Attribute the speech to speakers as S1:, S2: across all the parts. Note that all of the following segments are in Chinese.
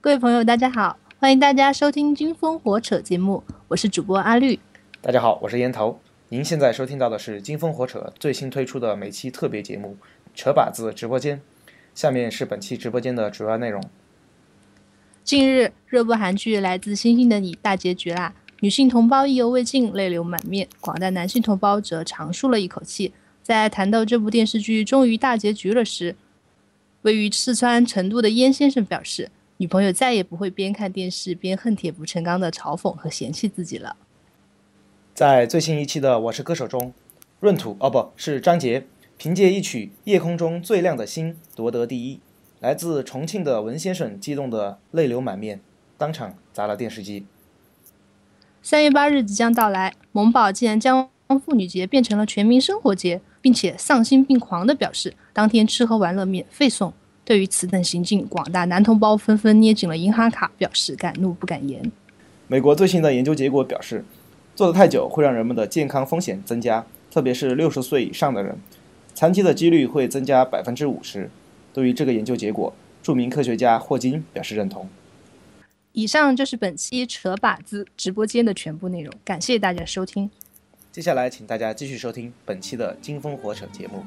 S1: 各位朋友，大家好，欢迎大家收听《军风火扯》节目，我是主播阿绿。
S2: 大家好，我是烟头。您现在收听到的是《金风火扯》最新推出的每期特别节目《扯把子直播间》，下面是本期直播间的主要内容。
S1: 近日热播韩剧《来自星星的你》大结局啦，女性同胞意犹未尽，泪流满面；广大男性同胞则长舒了一口气。在谈到这部电视剧终于大结局了时，位于四川成都的燕先生表示，女朋友再也不会边看电视边恨铁不成钢的嘲讽和嫌弃自己了。
S2: 在最新一期的《我是歌手》中，闰土哦不是张杰，凭借一曲《夜空中最亮的星》夺得第一。来自重庆的文先生激动得泪流满面，当场砸了电视机。
S1: 三月八日即将到来，萌宝竟然将妇女节变成了全民生活节，并且丧心病狂地表示，当天吃喝玩乐免费送。对于此等行径，广大男同胞纷纷捏紧了银行卡，表示敢怒不敢言。
S2: 美国最新的研究结果表示，坐得太久会让人们的健康风险增加，特别是六十岁以上的人，残疾的几率会增加百分之五十。对于这个研究结果，著名科学家霍金表示认同。
S1: 以上就是本期扯把子直播间的全部内容，感谢大家收听。
S2: 接下来，请大家继续收听本期的《金风火扯》节目。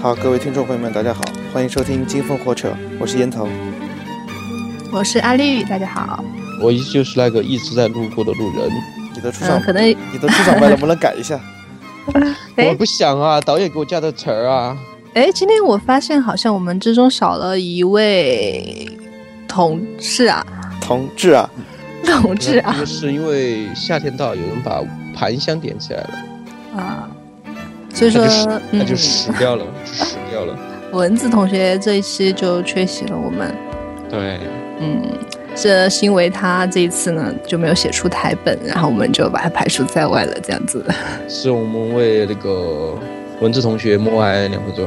S2: 好，各位听众朋友们，大家好，欢迎收听《金风火扯》，我是烟头。
S1: 我是阿绿，大家好。
S3: 我依旧是那个一直在路过的路人。
S2: 你的出场，
S1: 嗯，可能
S2: 你的出场白能不能改 一下？
S1: 哎
S3: 我不想啊，导演给我加的词儿啊。
S1: 哎，今天我发现好像我们之中少了一位同事啊，
S2: 同志啊，
S1: 同志啊
S3: 那是因为夏天到，有人把盘香点起来了，
S1: 啊，所以说
S3: 那嗯就
S1: 嗯
S3: 死，那。就死 掉了，就死掉了。
S1: 蚊子同学这一期就缺席了我们，
S3: 对，
S1: 嗯，这是因为他这一次呢就没有写出台本，然后我们就把他排除在外了，这样子。
S3: 是我们为那个文字同学默哀两分钟。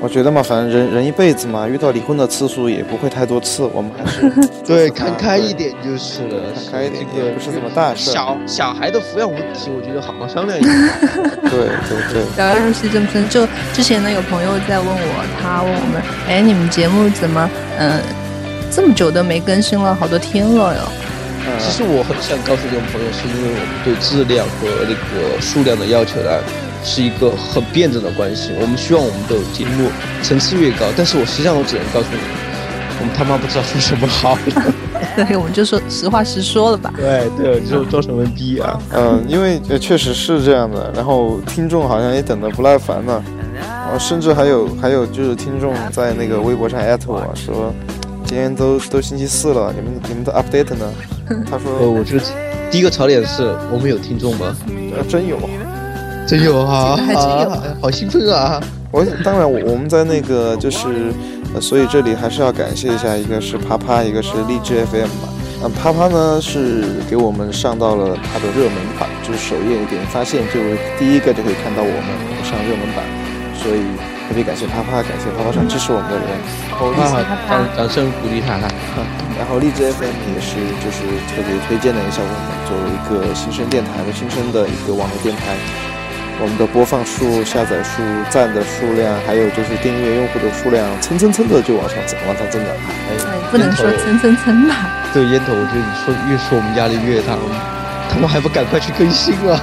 S2: 我觉得嘛，反正人人一辈子嘛，遇到离婚的次数也不会太多次，我们还是
S3: 对，看开一点就是了。
S2: 看开一点
S3: 这个
S2: 也不是什么大事儿
S3: 小小孩的抚养问题，我觉得好好商量 一下。
S2: 对对对，
S1: 聊聊入戏正深，就之前呢有朋友在问我，他问我们，哎，你们节目怎么，嗯、这么久都没更新了，好多天了哟。
S2: 嗯
S3: 其实我很想告诉这种朋友，是因为我们对质量和那个数量的要求呢，是一个很辩证的关系。我们希望我们的节目层次越高，但是我实际上我只能告诉你，我们他妈不知道说什么好。
S1: 对，我们就说实话实说了吧。
S3: 对对，就装成文逼啊！
S2: 嗯，因为呃确实是这样的，然后听众好像也等得不耐烦了，然后甚至还有还有就是听众在那个微博上艾特我说，今天都都星期四了，你们你们的 update 呢？他
S3: 呃，
S2: 说
S3: 我觉得第一个槽点是我们有听众吗？
S2: 呃真有，
S3: 真有啊，
S1: 还真有啊
S3: 好兴奋啊！
S2: 我当然我我们在那个就是，呃所以这里还是要感谢一下，一个是啪啪，一个是荔枝 FM 吧。嗯，啪啪呢是给我们上到了它的热门榜，就是首页点发现就第一个就可以看到我们上热门榜，所以特别感谢啪啪，感谢啪啪上支持我们的人。然后荔
S3: 啊，掌掌声鼓励他哈。
S2: 然后荔枝 FM 也是就是特别推荐了一下我们作为一个新生电台的新生的一个网络电台，我们的播放数、下载数、赞的数量，还有就是订阅用户的数量，蹭蹭蹭的就往上增，往上增长。
S1: 哎
S2: 哎，
S1: 不能说蹭蹭蹭吧。
S3: 对烟头，我觉得你说越说我们压力越大，我们他们还不赶快去更新啊！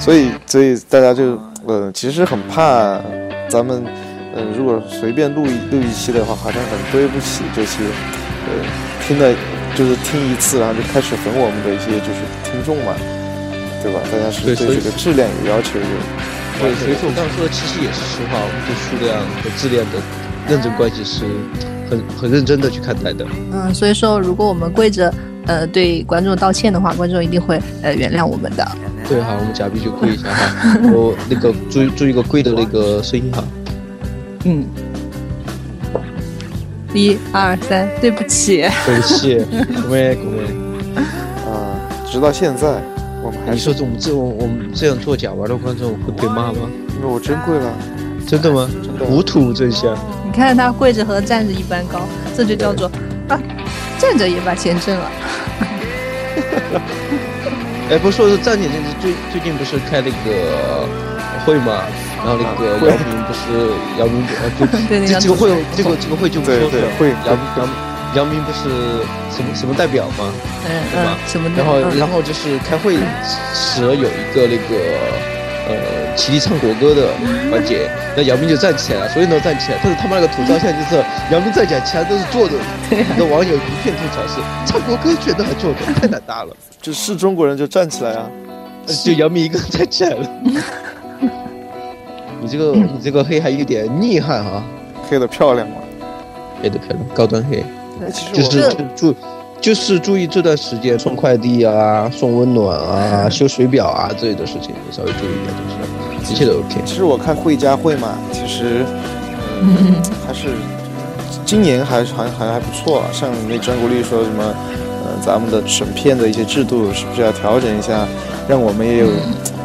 S2: 所以所以大家就呃，其实很怕咱们呃，如果随便录一录一期的话，好像很对不起这些呃听了就是听一次，然后就开始粉我们的一些就是听众嘛，对吧？大家是
S3: 对
S2: 对
S3: 所以
S2: 这个质量有要求哎的。
S3: 对，所以说我刚刚说的其实也是实话，我们对数量和质量的认证关系是很很认真的去看待的。
S1: 嗯，所以说如果我们跪着，呃，对观众道歉的话，观众一定会呃原谅我们的。
S3: 对哈，我们假币就跪一下哈，我那个注注意个跪的那个声音哈。
S1: 嗯，一二三，对不起。
S3: 对不起，各位各位，
S2: 啊，直到现在，我们还
S3: 你
S2: 是
S3: 说这我们这种我们这样做假玩的观众会被骂吗？
S2: 因为我珍贵了，
S3: 真的吗？
S2: 真的。
S3: 无土真相。
S1: 你看他跪着和站着一般高，这就叫做啊，站着也把钱挣了。
S3: 哎，不是说是站姐，就是最最近不是开那个会嘛，然后那个
S2: 啊会
S3: 姚明不是姚明呃就
S1: 对那
S3: 这
S1: 个
S3: 这个会有这个这个会就不
S2: 对
S3: 说
S2: 对
S3: 了，
S2: 会
S3: 姚姚姚明不是什么什么代表嘛，
S1: 嗯
S3: 对吧
S1: 嗯，什么的。
S3: 然后
S1: 嗯
S3: 然后就是开会时有一个那个呃起立唱国歌的环节，那姚明就站起来了，所有人都站起来，但是他们那个吐槽现在就是姚明站起来，其他都是坐着， 很多网友一片吐槽是唱国歌居然都还坐着，太胆大了。
S2: 这是中国人就站起来啊！
S3: 就姚明一个人站起来 了。你这个你这个黑还有点厉害哈、
S2: 黑的漂亮嘛。
S3: 黑的漂亮，高端黑，
S2: 哎其实
S3: 就
S2: 我
S3: 是注就是注意这段时间送快递啊、送温暖 啊、修水表啊之类的事情，稍微注意一点就是，一切都 OK。
S2: 其实我看会家会嘛，其实
S1: 嗯
S2: 还是今年还是还还还不错啊。像那张国立说什么，呃，咱们的审片的一些制度是不是要调整一下，让我们也有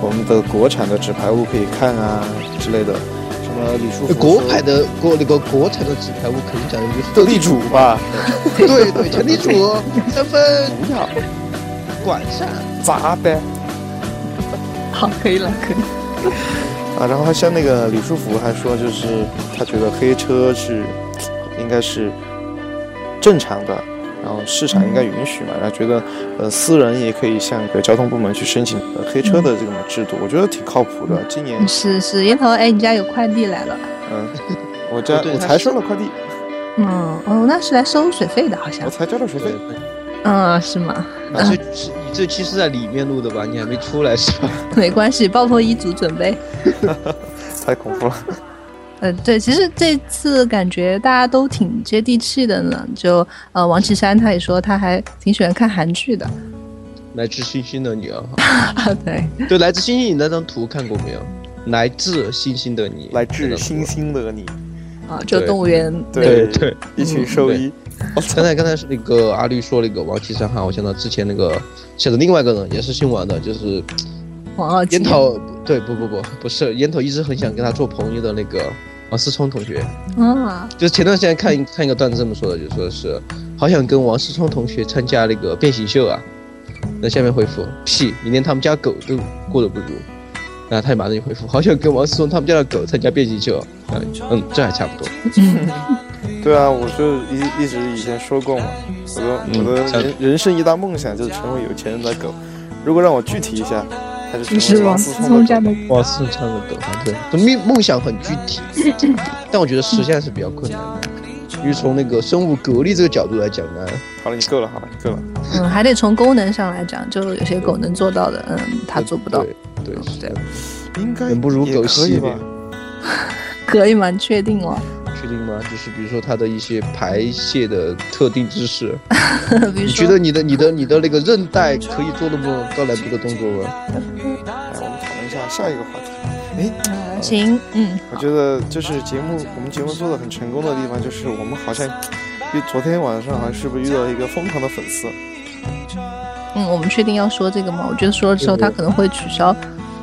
S2: 我们的国产的纸牌屋可以看啊之类的。什么李书福
S3: 国
S2: 说
S3: 牌的国那个国产的纸牌屋可以讲一
S2: 斗地主吧，
S3: 个，对对，全地主哦 三分
S2: 不要
S3: 管善，
S2: 砸呗。
S1: 好，可以了，可以。
S2: 啊，然后他像那个李书福还说，就是他觉得黑车是应该是正常的，然后市场应该允许嘛，然后觉得呃私人也可以向这个交通部门去申请呃黑车的这种制度，我觉得挺靠谱
S3: 嗯
S2: 的。今年，
S1: 是是，烟头，哎，你家有快递来了。
S2: 嗯，我家
S3: 哦对
S2: 我
S3: 他
S2: 才
S3: 是
S2: 收了快递，
S1: 嗯，哦，那是来收水费的，好像
S3: 哦
S2: 我。才交了水费
S3: 对。。
S1: 嗯，是吗？
S3: 啊，所以是你这期是在里面录的吧？你还没出来是吧？
S1: 没关系，爆破一组准备。
S2: 太恐怖了。
S1: 嗯，对，其实这次感觉大家都挺接地气的呢。就呃，王岐山他也说他还挺喜欢看韩剧的。
S3: 来自星星的女儿哈。
S1: 啊，对，
S3: 对，来自星星，你那张图看过没有？来自星星的你，
S2: 来自星
S3: 星。
S2: 星的你，
S1: 啊，就
S3: 对
S1: 动物园
S3: 对对，
S2: 一群兽医，我操
S3: 哦刚，才刚才是那个阿绿说那个王岐山哈，我想到之前那个想到另外一个人也是姓王的，就是
S1: 黄奥基
S3: 烟。头，对，不不不，不是烟头，一直很想跟他做朋友的那个王思聪同学。
S1: 啊，
S3: 就是前段时间看看一个段子这么说的，就说是好想跟王思聪同学参加那个变形秀啊。那下面回复屁，你连他们家狗都过得不如。然后他也马上就回复，好想跟王思聪他们家的狗参加变形秀啊。嗯嗯，这还差不多。
S2: 对啊，我就一一直以前说过嘛，我的
S3: 嗯
S2: 我的
S3: 像
S2: 人人生一大梦想就是成为有钱人的狗。如果让我具体一下，还是成
S1: 是
S2: 为
S1: 王
S2: 思
S1: 思聪家
S2: 的
S1: 的
S2: 狗。
S3: 王思聪唱的狗啊，对，梦梦想很具体，但我觉得实现是比较困难的。因为从那个生物格力这个角度来讲呢，
S2: 好了，你够了，好了，你够了。
S1: 嗯，还得从功能上来讲，就有些狗能做到的，嗯，它做不到。
S3: 对，对，是这样。
S2: 应该
S3: 人不如
S2: 也
S3: 狗
S2: 可
S3: 系
S2: 以
S3: 列
S2: 吧？，
S1: 可以吗？你确定哦？
S3: 确定吗？就是比如说它的一些排泄的特定姿势，
S1: 比如
S3: 你觉
S1: 说
S3: 得，你的你的你的那个韧带可以做那么高难度的动作吗？
S2: 哎，我们讨论一下下一个话题。哎，
S1: 嗯行，嗯，
S2: 我觉得就是节目，我们节目做的很成功的地方，就是我们好像遇昨天晚上好像是不是遇到一个疯狂的粉 丝？
S1: 嗯，我们确定要说这个吗？我觉得说了之后，
S3: 对对
S1: 他可能会取消。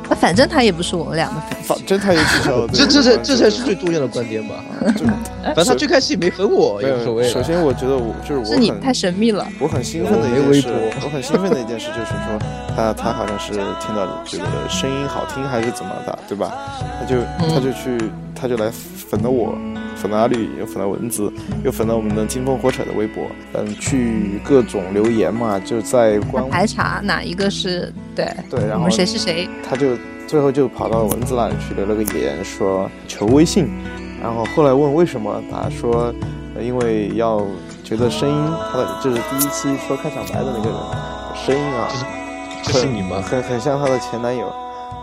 S1: 啊，反正他也不是我们俩的粉丝
S2: 反。正他也取消了。
S3: 这这
S2: 对啊
S3: 才这才是最重要的观点吧。
S2: 就
S1: 哎
S3: 反正他最开始也 没粉我，
S2: 没
S3: 也无所
S2: 有。
S3: 谓
S2: 首
S3: 了。
S2: 先，我觉得我就是我
S1: 是你
S2: 很
S1: 太神秘了，
S2: 我很兴奋的一
S3: 我
S2: 件
S3: 没微
S2: 事
S3: 博，
S2: 我很兴奋的一件事就是说，他他好像是听到这个声音好听还是怎么的，对吧？他就他就去他就来粉了我，粉了阿绿，又粉了蚊子，又粉了我们的金风火扯的微博，嗯，去各种留言嘛，就在
S1: 他
S2: 官
S1: 排查哪一个是对，
S2: 对，
S1: 哎我
S2: 然后
S1: 们谁是谁？
S2: 他就最后就跑到蚊子那里去留了个言，说求微信，然后后来问为什么，他说，呃因为要觉得声音，他的就是第一期说开场白的那个人，声音 啊，
S3: 就是你吗？
S2: 很很像她的前男友，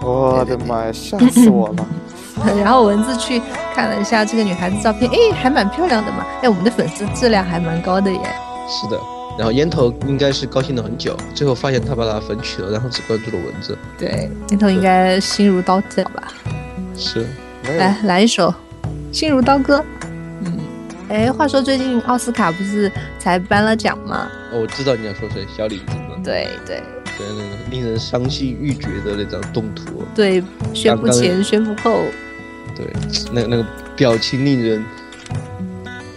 S2: 我的妈呀，吓死我了！
S1: 然后蚊子去看了一下这个女孩子照片，哎，还蛮漂亮的嘛。哎，我们的粉丝质量还蛮高的耶。
S3: 是的。然后烟头应该是高兴了很久，最后发现他把他粉取了，然后只关注了蚊子。
S1: 对，那头应该心如刀绞吧？
S3: 是，
S2: 没有，
S1: 来来一首《心如刀割》。嗯，哎，话说最近奥斯卡不是才颁了奖吗？
S3: 哦，我知道你要说谁，小李子嘛，
S1: 对对
S3: 对，那个令人伤心欲绝的那张动图，
S1: 对，宣布前宣布后，
S3: 对，那那个表情令人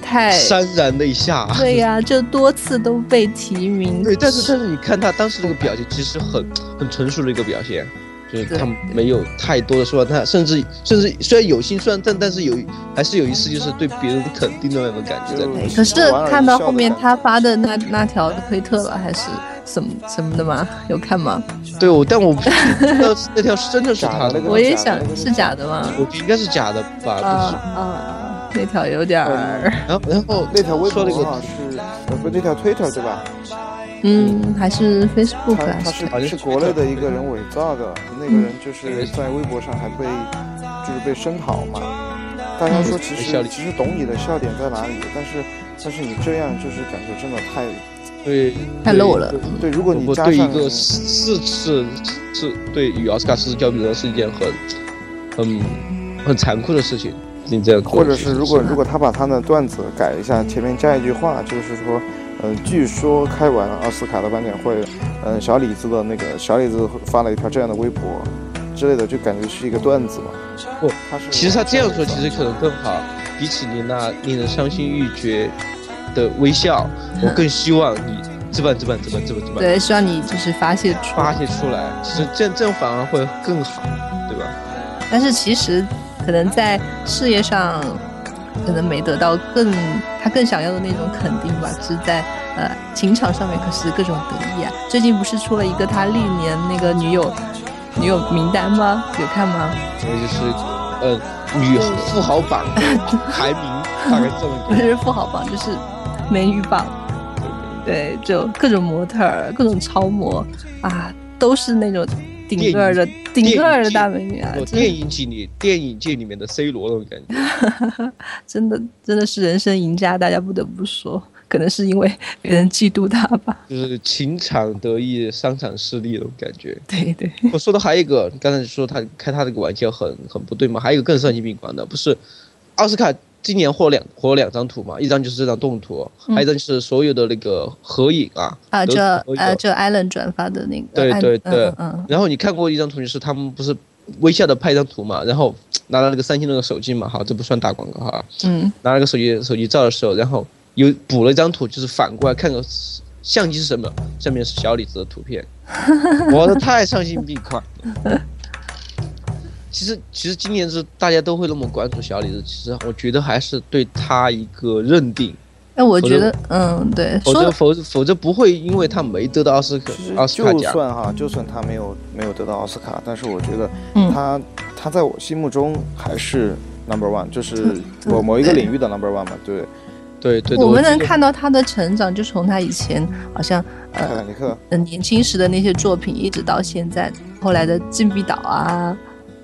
S1: 太
S3: 潸然泪下。
S1: 哎对呀、这多次都被提名。
S3: 对，但是但是你看他当时这个表现，其实很很成熟的一个表现，就是
S1: 对
S3: 他没有太多的说他，甚至甚至虽然有心酸，但但是有还是有一丝就是对别人肯定的那种感觉在里面。
S1: 对可是看到后面他发的那那条推特了还是什么什么的吗？有看吗？
S3: 对，我但 我不那那条是真的是他
S2: 假的
S3: 的
S2: 那
S3: 吗，
S2: 个
S1: 我也想是假的吗？
S3: 我觉得应该是假的吧。
S1: 啊
S3: 就是
S1: 啊，那条有点儿，
S3: 然后然后
S2: 那条微博
S3: 说了一个
S2: 好像是，呃，不，那条 Twitter 对吧？
S1: 嗯，还是 Facebook
S2: 他
S1: 还是
S2: 他是
S1: 什么？
S3: 好像
S2: 是
S3: 是
S2: 国内的一个人伪造的，那个人
S3: 嗯
S2: 就是在微博上还被就是被声讨嘛。大家说其
S3: 嗯笑
S2: 实
S3: 点
S2: 其实懂你的笑点在哪里，但是但是你这样就是感觉真的太
S3: 对
S1: 太 low 了。
S2: 对。如果你
S3: 我
S2: 加
S3: 对一
S2: 上
S3: 个四四次是对与奥斯卡四次交比的是一件很很很残酷的事情。你这样做
S2: 或者是如果如果他把他的段子改一下，前面加一句话，就是说，嗯、据说开完奥斯卡的颁奖会，嗯、小李子的那个小李子发了一条这样的微博之类的，就感觉是一个段子嘛。
S3: 不
S2: 他是
S3: 其实他这样说其实可能更好，比起你那令人伤心欲绝的微笑，我更希望你这般这般这般这般这般
S1: 嗯对，希望你就是发泄出
S3: 发泄出来，其实这样这样反而会更好，对吧？
S1: 但是其实可能在事业上，可能没得到更呃他更想要的那种肯定吧，只是在呃情场上面可是各种得意啊。最近不是出了一个他历年那个女友 女友名单吗？有看吗？
S3: 所以就是，呃，女富豪榜的排名大概这么
S1: 不
S3: 一个。
S1: 是富豪榜，就是美女榜。对，就各种模特儿，各种超模啊，都是那种顶个儿的顶个儿的大美女啊，
S3: 有
S1: 真
S3: 电影界里，电影界里面的 C 罗那种感觉，
S1: 真的真的是人生赢家，大家不得不说，可能是因为别人嫉妒他吧。
S3: 就是情场得意，商场失利那种感觉。
S1: 对对，
S3: 我说的还有一个，刚才说他开他这个玩笑很很不对嘛，还有一个更丧心病狂的，不是奥斯卡今年获两获了两张图嘛，一张就是这张动图，
S1: 嗯
S3: 还有一张就是所有的那个合影啊，
S1: 啊，
S3: 都
S1: 这
S3: 都有
S1: 呃，这艾伦转发的那个，
S3: 对
S1: 艾
S3: 对
S1: 嗯
S3: 对
S1: 嗯嗯，
S3: 然后你看过一张图，就是他们不是微笑的拍一张图嘛，然后拿了那个三星那个手机嘛，好，这不算打广告哈，
S1: 嗯
S3: 拿了个手机手机照的时候，然后有补了一张图，就是反过来看个相机是什么，下面是小李子的图 片，我的太丧心病狂了。其实，其实今年是大家都会那么关注小李子，其实我觉得还是对他一个认定，
S1: 哎，我
S3: 否
S1: 觉
S3: 则
S1: 得，嗯，对，
S3: 否
S1: 说
S3: 则否则否则不会因为他没得到奥斯卡
S2: 其实
S3: 奥斯卡
S1: 嗯
S2: 就
S3: 奖，
S2: 算哈，就算他没有没有得到奥斯卡，但是我觉得
S1: 嗯
S2: 他、他在我心目中还是 number one，就是某某一个领域的 number one 嘛，对，
S3: 对对对，
S1: 我们
S3: 觉
S1: 能
S3: 得
S1: 看到他的成长，就从他以前好像
S2: 泰
S1: 呃
S2: 坦尼克。
S3: 嗯
S1: 呃年轻时的那些作品，一直到现在后来的《禁闭岛》啊，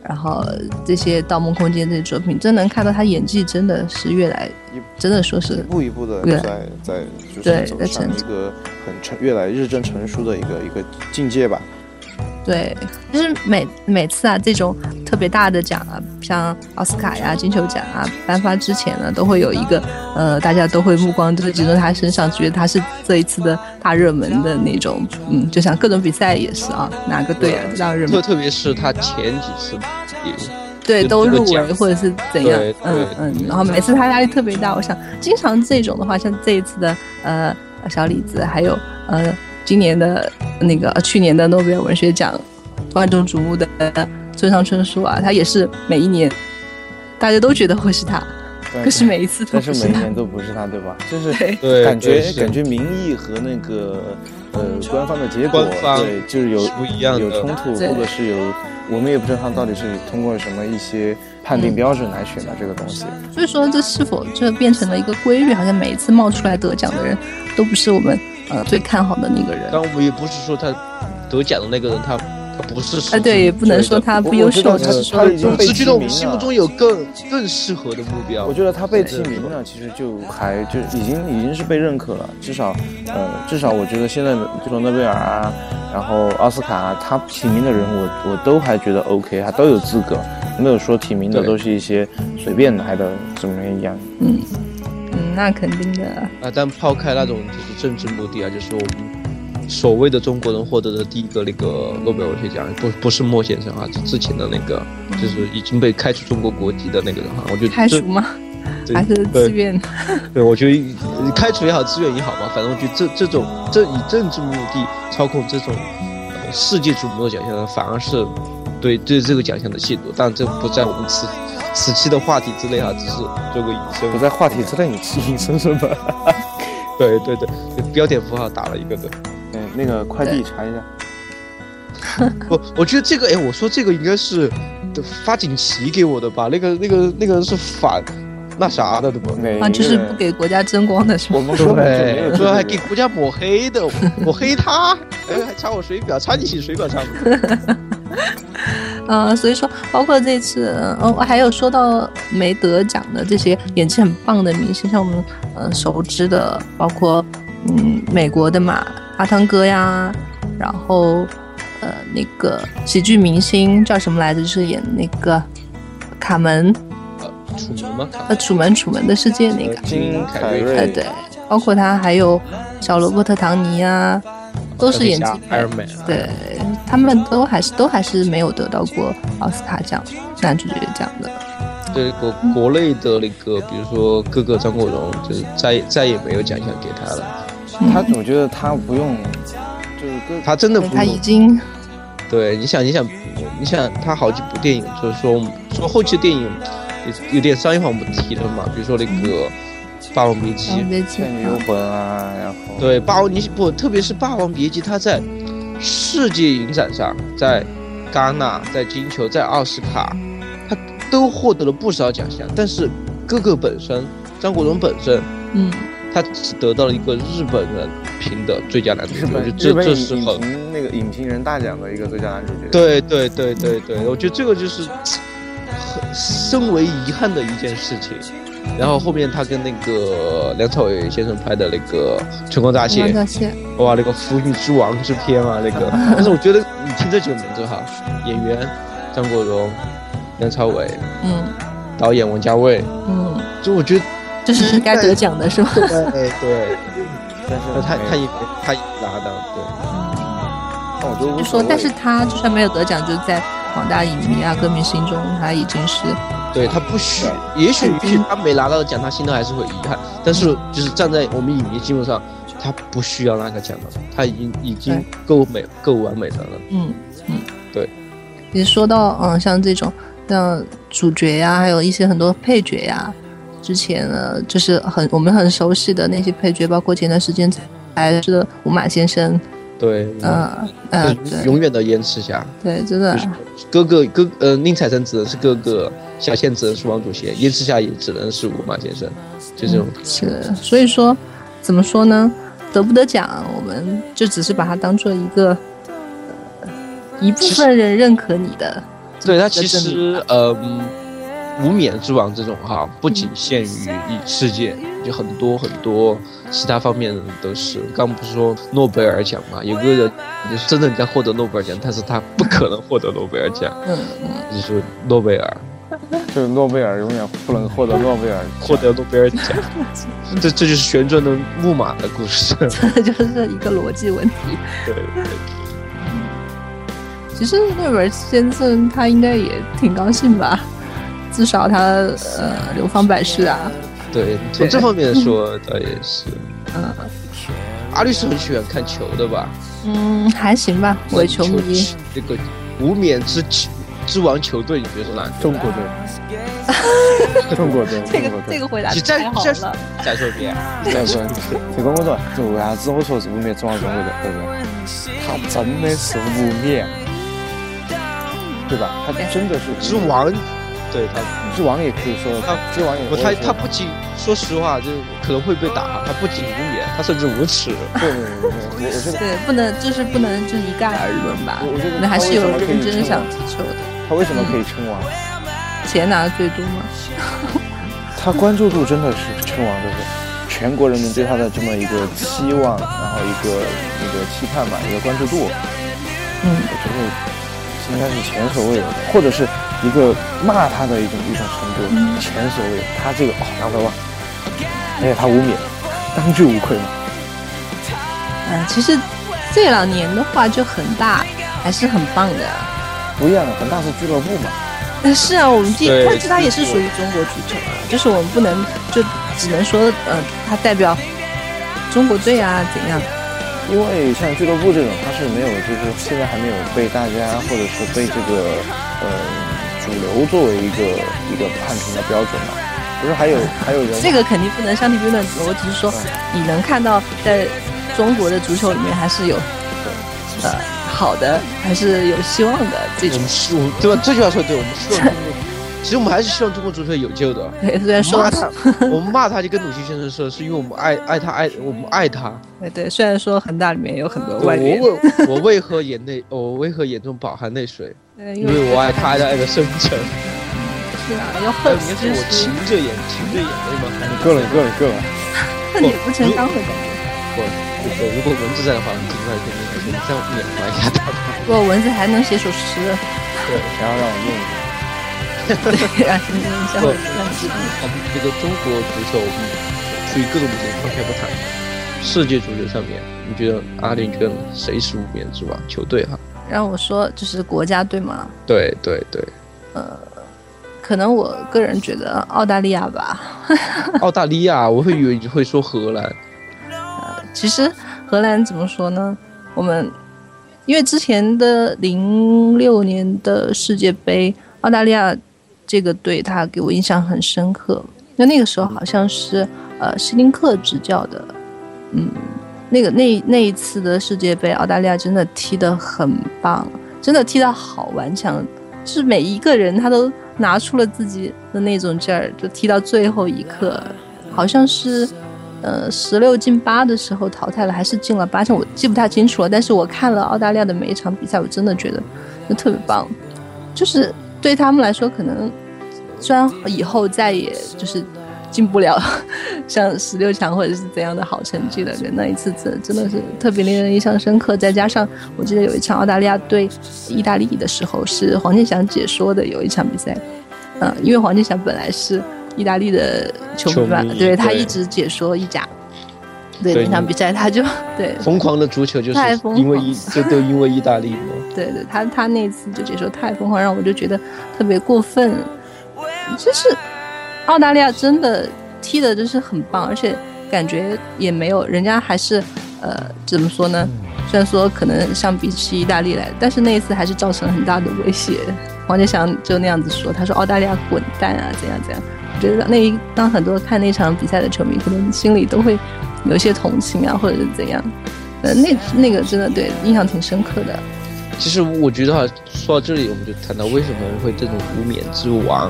S1: 然后这些《盗梦空间》这些作品，真能看到他演技真的是越来
S2: 一，
S1: 真的说
S2: 一
S1: 是
S2: 步一步的
S1: 嗯对
S2: 在在就
S1: 对
S2: 是走
S1: 在
S2: 上
S1: 成
S2: 一个很成越来日渐成熟的一个一个境界吧。
S1: 对，就是每每次啊，这种特别大的奖啊，像奥斯卡呀、金球奖啊，颁发之前呢，都会有一个呃，大家都会目光都集中在他身上，觉得他是这一次的大热门的那种，嗯，就像各种比赛也是啊，哪个队啊大热
S3: 特
S1: 门，
S3: 特别是他前几次也
S1: 对，
S3: 就
S1: 都
S3: 这个
S1: 入围
S3: 奖
S1: 或者是怎样
S3: 对，
S1: 嗯
S3: 对
S1: 嗯，
S3: 对
S1: 然后每次他压力特别大，我想经常这种的话，像这一次的呃小李子，还有呃今年的那个、呃去年的诺贝尔文学奖，万众瞩目的呃村上春树啊，他也是每一年大家都觉得会是他，可是每一次都
S2: 但
S1: 不
S2: 是
S1: 是
S2: 每一
S1: 他，
S2: 年都不是他，对吧？就是
S1: 对
S3: 对
S2: 感觉
S3: 对是
S2: 感觉民意和那个呃官方的结果
S3: 官，方
S2: 对，就是有
S3: 是不一样的
S2: 有冲突，
S1: 对
S2: 或者是有我们也不知道他到底是通过什么一些判
S3: 嗯
S2: 定标准来选的这个东西。
S1: 所以说这是否这变成了一个规律？好像每一次冒出来得奖的人都不是我们呃最看好的那个人，
S3: 但我们也不是说他得奖的那个人，他他不是
S1: 啊，对，也不能说他不优秀，
S2: 我
S1: 只是说
S2: 呃他已经被
S3: 只觉得我们
S2: 提名
S3: 心目
S2: 了
S3: 中有更更适合的目标
S2: 我。觉得他被提名了，其实就还就已经已经是被认可了，至少，呃，至少我觉得现在的这种诺贝尔啊，然后奥斯卡、啊，他提名的人我我都还觉得 OK，他都有资格，没有说提名的
S3: 对
S2: 都是一些随便来的怎么样一样。
S1: 嗯，那肯定的。
S3: 啊，但抛开那种就是政治目的啊，就是我们所谓的中国人获得的第一个那个诺贝尔文学奖，不不是莫先生啊，是之前的那个，就是已经被开除中国国籍的那个人哈、我觉得
S1: 开除
S3: 这
S1: 吗？
S3: 对
S1: 还是自愿？
S3: 对，我觉得呃开除也好，自愿也好吧，反正我觉得这这种这以政治目的操控这种、呃、世界瞩目的奖项呢，反而是对对这个奖项的亵渎。但这不在我们此此期的话题之内啊，只是做个引申。
S2: 不在话题之内，你是隐身什么？
S3: 对对对，标点符号打了一个对。
S2: 对，那个快递查一下。
S3: 我我觉得这个，哎，我说这个应该是发锦旗给我的吧？那个那个那个是反那啥的，对吧？
S2: 哪
S1: 啊，
S2: 一
S1: 就是
S2: 个
S1: 不给国家争光的是
S2: 我
S1: 吗？
S2: 们根本就没有这
S3: 说
S2: 个
S3: 还
S2: 人
S3: 给国家抹黑的，抹黑他，哎，还查我水表，查你洗水表查不到。
S1: 嗯、所以说，包括这次，嗯、呃，我还有说到没得奖的这些演技很棒的明星，像我们呃熟知的，包括嗯美国的嘛，阿汤哥呀，然后呃那个喜剧明星叫什么来着？就是演那个卡门，
S3: 楚门吗？卡
S1: 呃《楚门楚门的世界》那个，
S2: 金凯瑞，
S1: 哎、对，包括他还有小罗伯特·唐尼啊，都是演技派
S3: 艾尔美。
S1: 对他们都还是都还是没有得到过奥斯卡奖男主角奖的。
S3: 对国国内的那个，比如说哥哥张国荣，就是再也再也没有奖项给他了。
S2: 他我觉得他不用，就是跟
S3: 他真的
S1: 对
S3: 不
S1: 他
S3: 容
S1: 已经
S3: 对，你想，你想，你想，他好几部电影，就是说说后期的电影有有点商业化，我们不提了嘛，比如说那个《霸王别姬》
S1: 特别紧
S2: 倩女幽魂啊，然后
S3: 对，《霸王》你不，特别是《霸王别姬》，它在世界影展上，在戛纳、在金球、在奥斯卡，它都获得了不少奖项。但是哥哥本身，张国荣本身，
S1: 嗯，
S3: 他只得到了一个日本人评的最佳男主角，
S2: 日
S3: 我
S2: 本
S3: 觉得
S2: 日
S3: 这
S2: 本
S3: 这
S2: 影
S3: 是
S2: 影
S3: 很
S2: 评那个影评人大奖的一个最佳男主角。
S3: 对对对对对，我觉得这个就是很深为遗憾的一件事情。然后后面他跟那个梁朝伟先生拍的那个《春光乍泄
S1: 谢》，谢。
S3: 哇，那个《腐女之王》之篇啊，那 个。但是我觉得你听这几个名字哈，演员张国荣、梁朝伟，
S1: 嗯
S3: 导演王家卫，
S1: 嗯，
S3: 就我觉得
S1: 就是该得奖的是吧？
S3: 对对，
S2: 但是
S3: 那他他
S2: 没有
S3: 也他也拿的，
S2: 但我觉得 无
S1: 就
S2: 所
S1: 说
S2: 谓，，
S1: 但是他就算没有得奖，就在广大影迷啊、歌迷心中，他已经是
S3: 对对他不许，也许也许他没拿到奖，他心头还是会遗憾。但是就是站在我们影迷心目上，他不需要那个奖了，他已经已经够美够完美的了。
S1: 嗯嗯，
S3: 对。
S1: 你说到嗯，像这种像主角呀，还有一些很多配角呀，之前呢就是很我们很熟悉的那些配角，包括前段时间才是的五马先生，
S3: 对，
S1: 呃呃，
S3: 就是
S1: 对
S3: 永远的延迟下。
S1: 对，真的
S3: 就是哥哥哥呃，宁采臣只能是哥哥，小倩只能是王祖贤，燕赤霞也只能是五马先生，就这种。
S1: 是，所以说怎么说呢？得不得奖，我们就只是把它当做一个、呃一部分人认可你的，
S3: 对他
S1: 这
S3: 其
S1: 证明
S3: 实呃，无冕之王这种哈，不仅限于一世界，就很多很多其他方面都是。刚不是说诺贝尔奖嘛，有个人就是真的人家获得诺贝尔奖，但是他不可能获得诺贝尔奖，
S1: 嗯，
S3: 就是诺贝尔
S2: 就是诺贝尔永远不能获得诺贝尔
S3: 获得诺贝尔奖， 这这就是旋转的木马的故事。
S1: 这就是一个逻辑问题。
S3: 对对。
S1: 其实那本先生他应该也挺高兴吧，至少他呃流芳百世啊，
S3: 对，从这方面说倒也是。
S1: 嗯
S3: 阿律是很喜欢看球的吧？
S1: 嗯还行吧，伪球迷。
S3: 这个无冕之球之王球队，你觉得是哪个？
S2: 中国队，中国队，
S1: 这个
S2: 中国队
S1: 这。个回答
S3: 你再
S1: 太好
S3: 再
S1: 了，
S3: 再说一遍。
S2: 对不对？中国队，主要是我说是不灭中华中国队，对不对？他真的是无冕，对吧？他真的是无冕
S3: 之，王，对他，
S2: 之王也可以说，
S3: 他
S2: 之王也
S3: 不
S2: 可以
S3: 他
S2: 说
S3: 他不仅说实话，就是可能会被打，他不仅无冕，他甚至无耻。
S2: 对对对对，我我觉得
S1: 对，不能就是不能就是一概而论吧
S2: 我我觉得，
S1: 那还
S2: 他
S1: 是
S2: 为
S1: 有
S2: 什么可以
S1: 认真
S2: 称
S1: 想
S2: 王
S1: 踢球的，
S2: 他为什么可以称王？
S1: 钱拿的最多嘛。
S2: 他关注度真的是称王，对不对？全国人民对他的这么一个期望，然后一个那个期盼吧，一个关注度，
S1: 嗯
S2: 我觉得应该是前所未有的，或者是一个骂他的一种一种程度，
S3: 嗯
S2: 前所未有。他这个哦，拿回吧，而且哎他无冕，当之无愧嘛。
S1: 嗯，其实这两年的话就恒大还是很棒的，
S2: 不一样的，恒大是俱乐部嘛，
S1: 是啊，我们毕
S3: 对
S1: 但是它也是属于中国剧场啊，就是我们不能就只能说，嗯、它代表中国队啊怎样？
S2: 因为像俱乐部这种，它是没有，就是现在还没有被大家或者是被这个呃主流作为一个一个判评的标准嘛。不是还有还有人
S1: 这个肯定不能相提并论。我只是说，你能看到在中国的足球里面还是有，呃，好的，还是有希望的这
S3: 我
S1: 种
S3: 们。希望对吧？这句话说得对，我们希望中 国，其实我们还是希望中国足球有救的。
S1: 对，虽然
S3: 嗯
S1: 说
S3: 我们骂， 他，我们骂他就跟鲁迅先生说，是因为我们爱爱他爱我们爱他。
S1: 对对，虽然说恒大里面有很多
S3: 对
S1: 外援，
S3: 我为我为何眼泪，我为何眼中饱含泪水？
S1: 对，因
S3: 因为
S1: 为
S3: 我爱他，爱他爱的深沉。
S1: 是啊，要恨
S3: 但你看，
S1: 其
S3: 我
S1: 实
S3: 噙着眼，噙着眼泪吗？
S2: 够了够了够了，
S1: 恨铁不成钢的感觉。
S3: 我我如果文字在的话，我们尽快肯定还是这样缅怀一下他吧。
S1: 不过蚊子还能写首 诗，
S2: 然后让我念一下。
S1: 对啊，你你像
S3: 不，
S1: 我
S3: 就是咱们这个中国足球，嗯出于各种情况下不谈。世界足球上面，你觉得阿联跟谁是无冕之王？球队哈？
S1: 让我说就是国家队嘛，
S3: 对对对，
S1: 可能我个人觉得澳大利亚吧，
S3: 澳大利亚，我会以为你会说荷兰。
S1: 其实荷兰怎么说呢？我们因为之前的零六年的世界杯，澳大利亚这个队他给我印象很深刻。那那个时候好像是呃希林克执教的，嗯，那个那那一次的世界杯，澳大利亚真的踢得很棒，真的踢得好顽强，就是每一个人他都拿出了自己的那种劲儿，就踢到最后一刻，好像是呃十六进八的时候淘汰了，还是进了八强，我记不太清楚了。但是我看了澳大利亚的每一场比赛，我真的觉得就特别棒，就是对他们来说，可能虽然以后再也就是进不了 像十六强或者是怎样的好成绩了，可那一次真真的是特别令人印象深刻。再加上我记得有一场澳大利亚对意大利的时候，是黄健翔解说的，有一场比赛，嗯、因为黄健翔本来是意大利的球迷吧
S3: 球，迷
S1: 他
S3: 对
S1: 一直解说意甲。对
S3: 对
S1: 那场比赛，他就对
S3: 疯狂的足球就是
S1: 太疯狂
S3: 因为意，就都因为意大利嘛。
S1: 对对，他他那次就解说太疯狂，让我就觉得特别过分。就是澳大利亚真的踢的真是很棒，而且感觉也没有人家还是呃怎么说呢？虽然说可能相比起意大利来，但是那一次还是造成很大的威胁。王健翔就那样子说，他说澳大利亚滚蛋啊，怎样怎样。我觉得那一让很多看那场比赛的球迷可能心里都会有一些同情啊，或者是怎样。呃，那那个真的对印象挺深刻的。
S3: 其实我觉得哈，说到这里，我们就谈到为什么会这种无冕之王，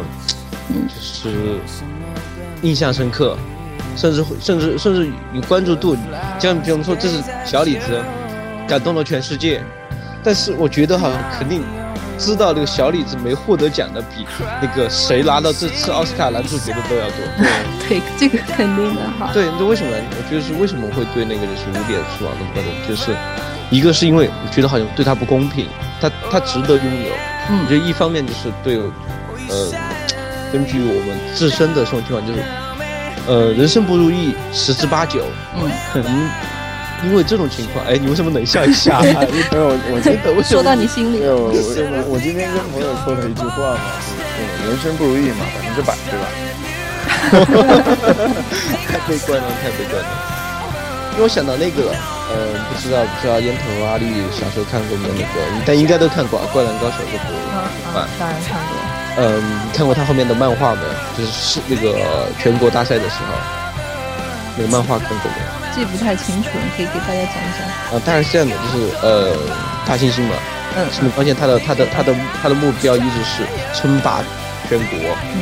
S1: 嗯
S3: 就是印象深刻，甚至会甚至甚至你关注度，像比方说这是小李子，感动了全世界。但是我觉得哈，肯定知道这个小李子没获得奖的比那个谁拿到这次奥斯卡男主角的都要多。
S1: 对，这个肯定的哈。
S3: 对，这为什么？我觉得是为什么会对那个就是无冕之王那么关注？就是一个是因为我觉得好像对他不公平，他他值得拥有。我
S1: 嗯，
S3: 觉得一方面就是对，呃，根据我们自身的这种情况，就是，呃，人生不如意十之八九，
S1: 嗯，
S3: 可能因为这种情况，哎，你为什么冷笑 一下？
S2: 因为我我 呃今
S3: 我
S1: 说到你心里
S2: 因，为我我我今天跟朋友说了一句话嘛，就是人生不如意嘛，百分之百对吧？
S3: 太悲观了，太悲观了。因为我想到那个，呃，不知道不知道烟头阿绿小时候看过没有那个，但应该都看过《啊，《灌篮高手》这
S1: 嗯
S3: 部
S1: 嗯
S3: 漫，，
S1: 当然看过。
S3: 嗯，看过他后面的漫画没有？就是是那个全国大赛的时候，那个漫画看过没有？
S1: 记不太清楚，你可以给大家讲讲。
S3: 呃，大概是这样的，就是呃，大猩猩嘛，
S1: 嗯
S3: 是你发现他的他的他的他的目标一直是称霸全国，
S1: 嗯，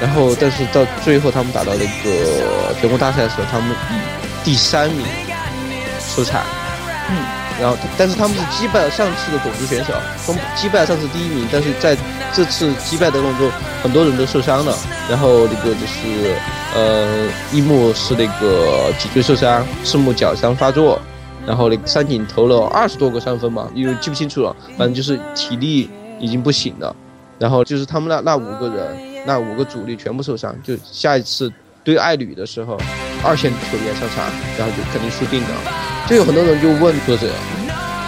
S3: 然后但是到最后他们打到那个全国大赛的时候，他们以第三名出场，
S1: 嗯，
S3: 然后他但是他们是击败了上次的种子选手，他们击败了上次第一名，但是在这次击败的过程中，很多人都受伤了，然后那个就是呃，一木是那个脊椎受伤，赤木脚伤发作，然后那个三井投了二十多个三分嘛，因为记不清楚了，反正就是体力已经不行了。然后就是他们那那五个人，那五个主力全部受伤，就下一次对爱侣的时候，二线球员上场，然后就肯定输定了。就有很多人就问作者，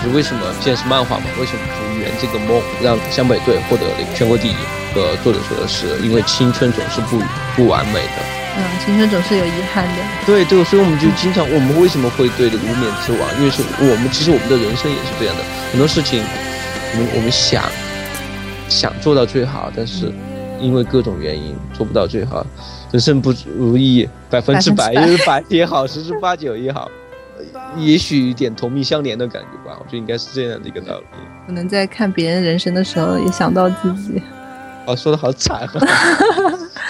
S3: 就是为什么既然是漫画嘛，为什么不圆这个梦，让湘北队获得了全国第一？个作者说的是，因为青春总是不不完美的。
S1: 嗯，青春总是有遗憾的。
S3: 对对，所以我们就经常，我们为什么会对这个无冕之王？因为是我们其实我们的人生也是这样的，很多事情，我们我们想想做到最好，但是因为各种原因做不到最好，人生不如意，百分之百
S1: 百分
S3: 就是百也好，十之八九也好，呃也许有点同命相连的感觉吧，我觉得应该是这样的一个道理。
S1: 可能在看别人人生的时候，也想到自己。
S3: 哦，说的好惨、啊，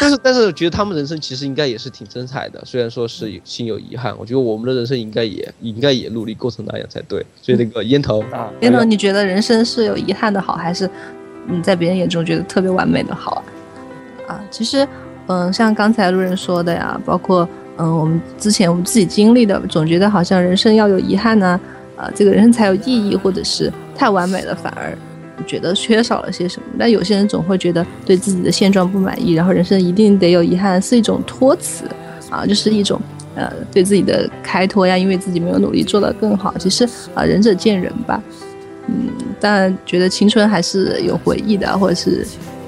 S3: 但是但是我觉得他们人生其实应该也是挺精彩的，虽然说是有心有遗憾，我觉得我们的人生应该也应该也努力过成那样才对。所以那个烟头啊，
S1: 烟
S2: 哎
S1: 头，你觉得人生是有遗憾的好，还是嗯，在别人眼中觉得特别完美的好啊？啊，其实，嗯，像刚才路人说的呀，包括嗯，我们之前我们自己经历的，总觉得好像人生要有遗憾呢、啊，这个人生才有意义，或者是太完美了，反而觉得缺少了些什么。但有些人总会觉得对自己的现状不满意，然后人生一定得有遗憾，是一种托词啊，就是一种。呃，对自己的开脱呀，因为自己没有努力做得更好。其实啊、仁者见仁吧。嗯，当然觉得青春还是有回忆的，或者是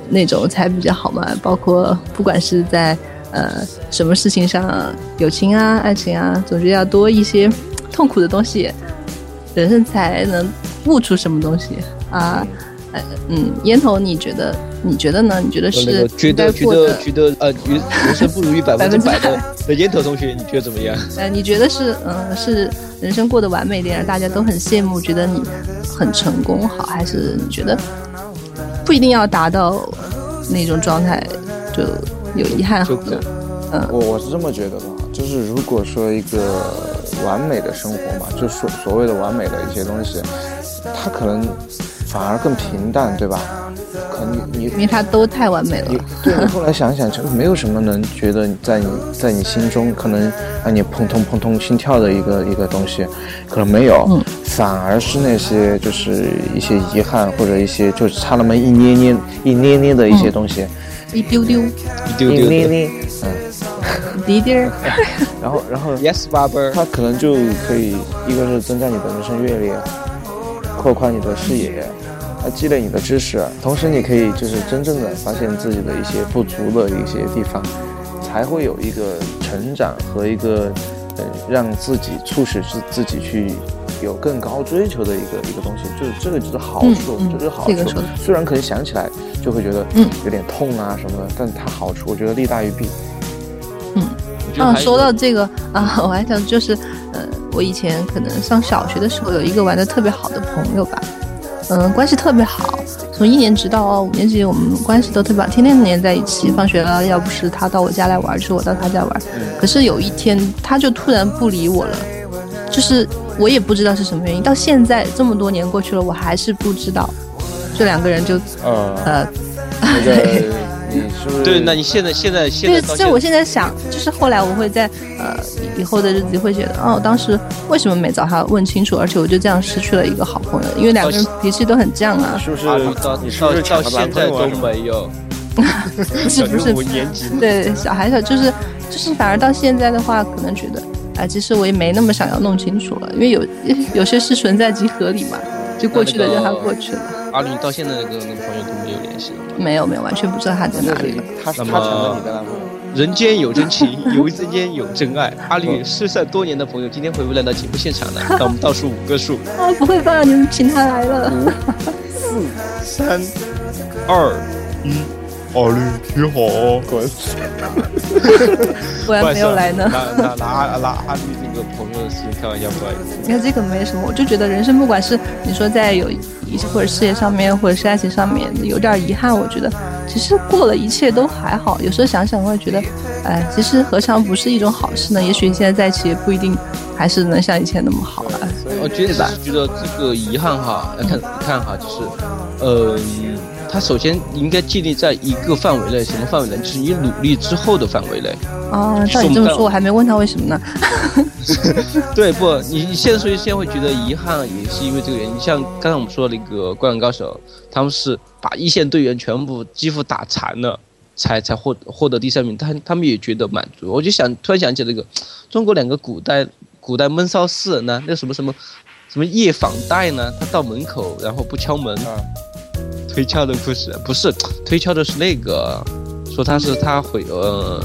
S1: 那种才比较好嘛。包括不管是在呃什么事情上，友情啊、爱情啊，总觉得要多一些痛苦的东西，人生才能悟出什么东西啊。呃，嗯，烟头，你觉得？你觉得呢？你觉得
S3: 那个
S1: 是
S3: 觉得
S1: 应该
S3: 觉
S1: 过
S3: 得
S1: 的
S3: 觉得呃，人人生不如意百分之百的的烟头同学，你觉得怎么 样？
S1: 呃，你觉得是嗯、呃是人生过得完美一点，让大家都很羡慕，觉得你很成功好，还是你觉得不一定要达到那种状态就有遗憾好
S3: 就
S1: 呢？
S2: 我我是这么觉得的，啊就是如果说一个完美的生活嘛，就所所谓的完美的一些东西，它可能反而更平淡，对吧？可能你
S1: 因为它都太完美
S2: 你
S1: 了。
S2: 对你后来想一想，就没有什么能觉得在你在你心中可能让你砰通砰通心跳的一个一个东西，可能没有，反而是那些就是一些遗憾或者一些就差那么一捏捏一捏捏的一些东西，
S1: 一丢丢，
S3: 一丢
S2: 一
S3: 丢
S2: 捏
S3: 的
S2: 捏，嗯，
S1: 一滴儿，
S2: 然后然后
S3: ，yes barber，
S2: 它可能就可以，一个是增加你的人生阅历，扩宽你的视野，啊，积累你的知识，同时你可以就是真正的发现自己的一些不足的一些地方，才会有一个成长和一个，呃，让自己促使自自己去。有更高追求的一个一个东西，就是这个就是好处，
S1: 嗯嗯
S2: 这就是好
S1: 这个
S2: 处
S1: 说得。
S2: 虽然可能想起来就会觉得
S1: 嗯
S2: 有点痛啊什么的，但它好处我觉得利大于弊。
S3: 我觉得
S1: 嗯，
S3: 还
S1: 说到这个啊， 我还想就是，呃，我以前可能上小学的时候有一个玩的特别好的朋友吧，嗯、关系特别好，从一年级到五年级，我们关系都特别好，天天黏在一起。放学了，要不是他到我家来玩，就是我到他家玩。可是有一天，他就突然不理我了，就是我也不知道是什么原因。到现在这么多年过去了，我还是不知道。这两个人就
S2: 呃，
S1: 呃，
S2: 那个你是不是
S3: 对，那你现在现在现在
S1: 对，
S3: 到
S1: 这我
S3: 在
S1: 现在想，就是后来我会在呃以后的日子会觉得，哦，当时为什么没找他问清楚？而且我就这样失去了一个好朋友，因为两
S3: 哦
S1: 个人脾气都很犟啊，
S2: 是不是
S3: 啊你到
S2: 你是不
S3: 到
S2: 是
S3: 到
S2: 抢了男朋
S3: 现在
S2: 友啊
S3: 都
S2: 什么
S3: 没有，
S1: 不是不是，对，小孩小就是就是，反而到现在的话，可能觉得，哎、其实我也没那么想要弄清楚了，因为有 有些事存在即合理嘛，就过去了
S3: 那那
S1: 让
S3: 个
S1: 它过去了，
S3: 阿你到现在那个那个朋友都没有联系了。
S1: 没有没有，完全不知道他在哪里 了。
S2: 他
S3: 那
S2: 他
S3: 么
S2: 成了你的男朋友。
S3: 人间有真情，有人间有真爱。阿吕失散多年的朋友，今天回归来到节目现场了。让我们倒数五个数：
S1: 啊，不会吧？你们请他来了。
S3: 嗯三、二、一。阿吕，你好！
S2: 滚！
S1: 果然没有来呢
S3: 不好意思啊拿拿拿拿拿阿吕这个朋友的事情开玩笑，不好意思。
S1: 你看这个没什么，我就觉得人生不管是你说在有一或者事业上面，或者是爱情上面有点遗憾，我觉得其实过了一切都还好。有时候想想会觉得，哎，其实何尝不是一种好事呢？也许现在在一起也不一定还是能像以前那么好了。
S3: 我觉得是觉得这个遗憾哈，要看看哈，就是，呃，他首先应该建立在一个范围内，什么范围内？就是你努力之后的范围内。
S1: 啊，照你这么说，我还没问他为什么呢。
S3: 对，不，你你现在所以现在会觉得遗憾，也是因为这个原因。像刚才我们说那个《灌篮高手》，他们是把一线队员全部几乎打残了，才才获获得第三名，但他们也觉得满足。我就想突然想起那个中国两个古代古代闷骚诗人
S1: 啊
S3: 呢，那什么什么什么叶访戴呢，他到门口然后不敲门，推敲的故事，不是推敲的是那个，说他是他回呃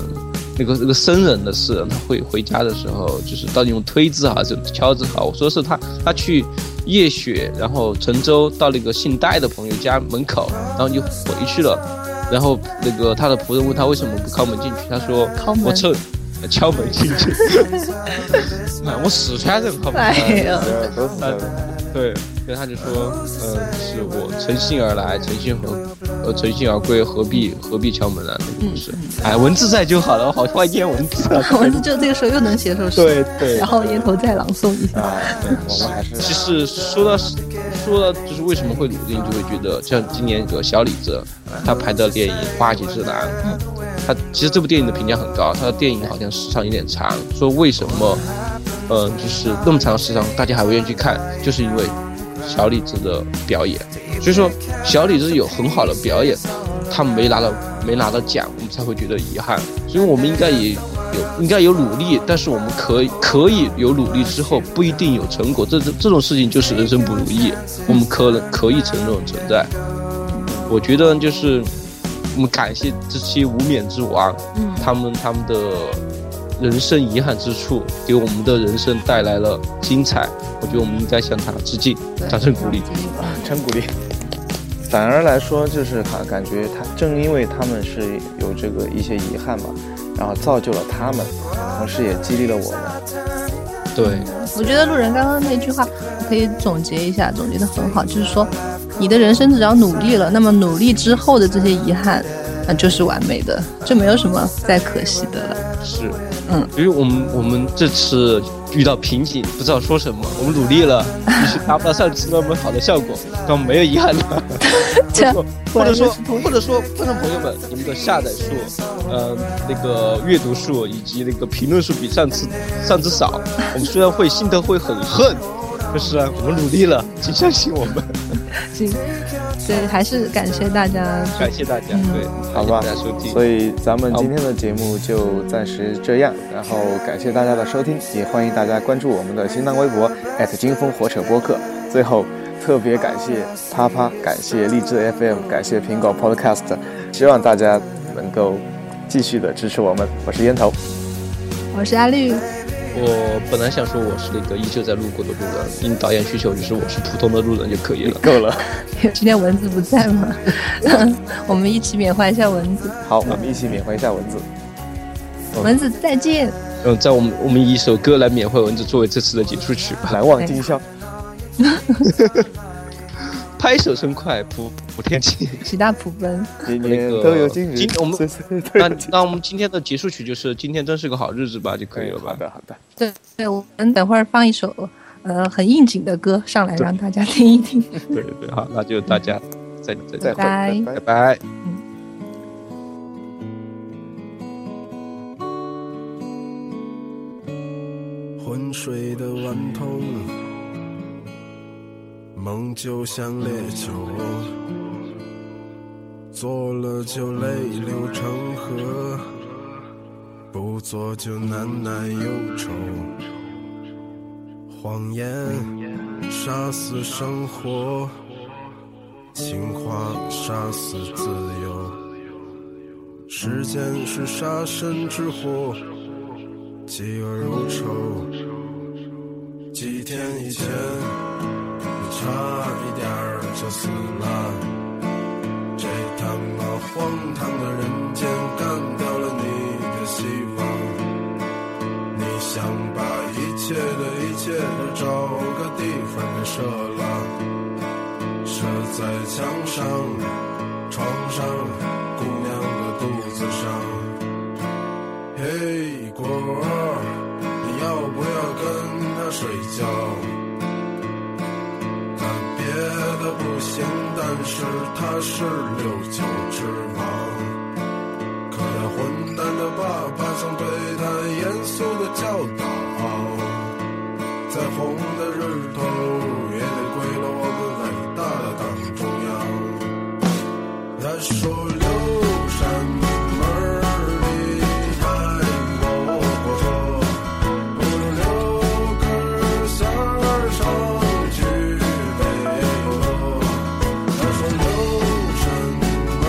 S3: 那个那个僧人的事，他回回家的时候，就是到底用推字还是用敲字好？我说是他他去夜雪，然后陈州到那个姓戴的朋友家门口，然后就回去了，然后那个他的仆人问他为什么不敲门进去，他说
S1: 敲门
S3: 我趁呃敲门进 去，啊我四川人好不好？
S1: 哎呀，
S2: 都
S3: 呃
S2: 是在
S3: 对，所以他就说，呃，是我诚心而来，诚心何，呃，诚心而归，何必何必敲门呢、啊？那个故事，哎，文字在就好了，我好怀念文字 啊。
S1: 蚊子就这个时候又能写首诗，
S3: 对对
S1: 然后烟头再朗诵一下。
S2: 啊，对我们还是
S3: 其实说到说到就是为什么会鲁定，就会觉得像今年有个小李子，他拍的电影《花季之南》，他其实这部电影的评价很高，他的电影好像时长有点长，说为什么，嗯，就是那么长的时长大家还会愿意去看，就是因为小李子的表演。所以说小李子有很好的表演，他没拿到没拿到奖，我们才会觉得遗憾。所以我们应该也有应该有努力，但是我们可以可以有努力之后不一定有成果，这这这种事情就是人生不如意，我们可能可以承认存在。我觉得就是我们感谢这些无冕之王，
S1: 嗯
S3: 他们他们的人生遗憾之处，给我们的人生带来了精彩。我觉得我们应该向他致敬，掌声鼓励。
S2: 真鼓励。反而来说，就是他感觉他正因为他们是有这个一些遗憾嘛，然后造就了他们，同时也激励了我们。
S3: 对，
S1: 我觉得路人刚刚那句话我可以总结一下，总结的很好，就是说，你的人生只要努力了，那么努力之后的这些遗憾，啊、就是完美的，就没有什么再可惜的了。
S3: 是，
S1: 嗯，
S3: 因为我们我们这次遇到瓶颈，不知道说什么，我们努力 了，也许达不到上次那么好的效果，但我们没有遗憾了。
S1: 这
S3: 或者说，或者说，观众朋友们，你们的下载数，呃，那个阅读数以及那个评论数比上次上次少，我们虽然会心头会很恨，但是啊，我们努力了，请相信我们，
S1: 行，所以还是感谢大家。
S3: 感谢大家，对，
S2: 好吧
S3: 感谢大家收听，
S2: 所以咱们今天的节目就暂时这样，然后感谢大家的收听，也欢迎大家关注我们的新浪微博金风火扯播客。最后特别感谢啪啪，感谢荔枝 FM，感谢苹果 Podcast，希望大家能够继续的支持我们。我是烟头，
S1: 我是阿 绿，
S3: 我本来想说我是那个依旧在路过的路人，应导演需求就是我是普通的路人就可以了。
S2: 够了，
S1: 今天蚊子不在嘛，我们一起缅怀一下蚊子。
S2: 好，我们一起缅怀一下蚊子。
S1: 蚊子再见，
S3: 嗯，在我们我们以一首歌来缅怀蚊子作为这次的结束曲吧。
S2: 难忘今宵，
S3: 拍手称快，普普天晴。
S1: 喜大普奔。
S2: 年年都有今日
S3: 今。我 们
S2: 岁岁都
S3: 那
S2: 有今日
S3: 那我们今天的结束曲就是今天真是个好日子吧，就可以
S2: 哎
S3: 了
S2: 好
S3: 吧？
S2: 的，好的。
S1: 对对，我们等会儿放一首呃很应景的歌上来，让大家听一听。
S3: 对对对，好，那就大家再再
S2: 再
S3: 再
S2: 会，
S1: 拜
S2: 拜
S3: 拜。拜。
S4: 昏睡的顽童，梦就像烈酒，啊做了就泪流成河，不做就难耐忧愁。谎言杀死生活，情话杀死自由。时间是杀身之祸。饥饿如仇。几天以前，你差一点儿就死了。这他妈荒唐的人间，干掉了你的希望。你想把一切的一切都找个地方给射了，射在墙上、床上、姑娘的肚子上。嘿，果儿，你要不要跟他睡觉？他别的不行，但是他是六九之王。可那混蛋的爸爸曾对他严肃的教导，再红的日头也得归了我们伟大的党中央。他说六扇门儿里开过火，五十六根弦儿上去北落。他说六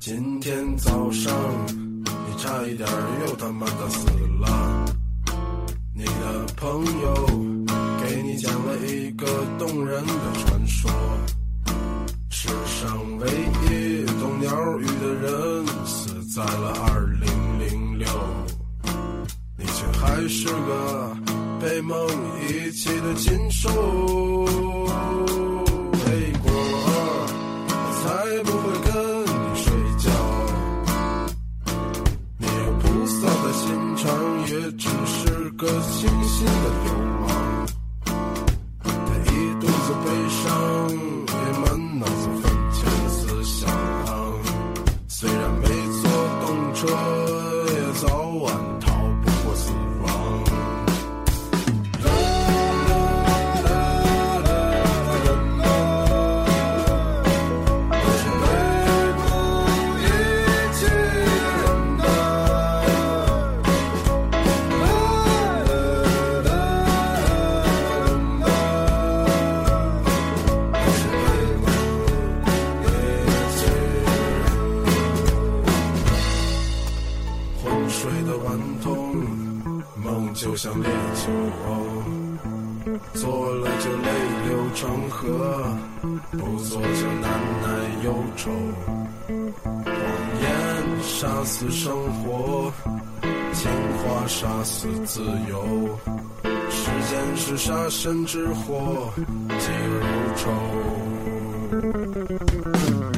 S4: 今天早上你差一点儿又他妈的死了。你的朋友给你讲了一个动人的传说，世上唯一懂鸟语的人死在了二零零六，你却还是个被梦遗弃的禽兽。北国，我才不会跟你睡觉。你菩萨的心肠也只是个清新的流氓，他一肚子悲伤，也满脑子坟前思想。虽然没坐动车，也早晚逃不过死亡。是被不一起忍耐。昏睡的顽童，梦就像烈酒，做了就泪流成河，不做就难耐忧愁。谎言杀死生活，情话杀死自由。时间是杀身之祸，疾如愁。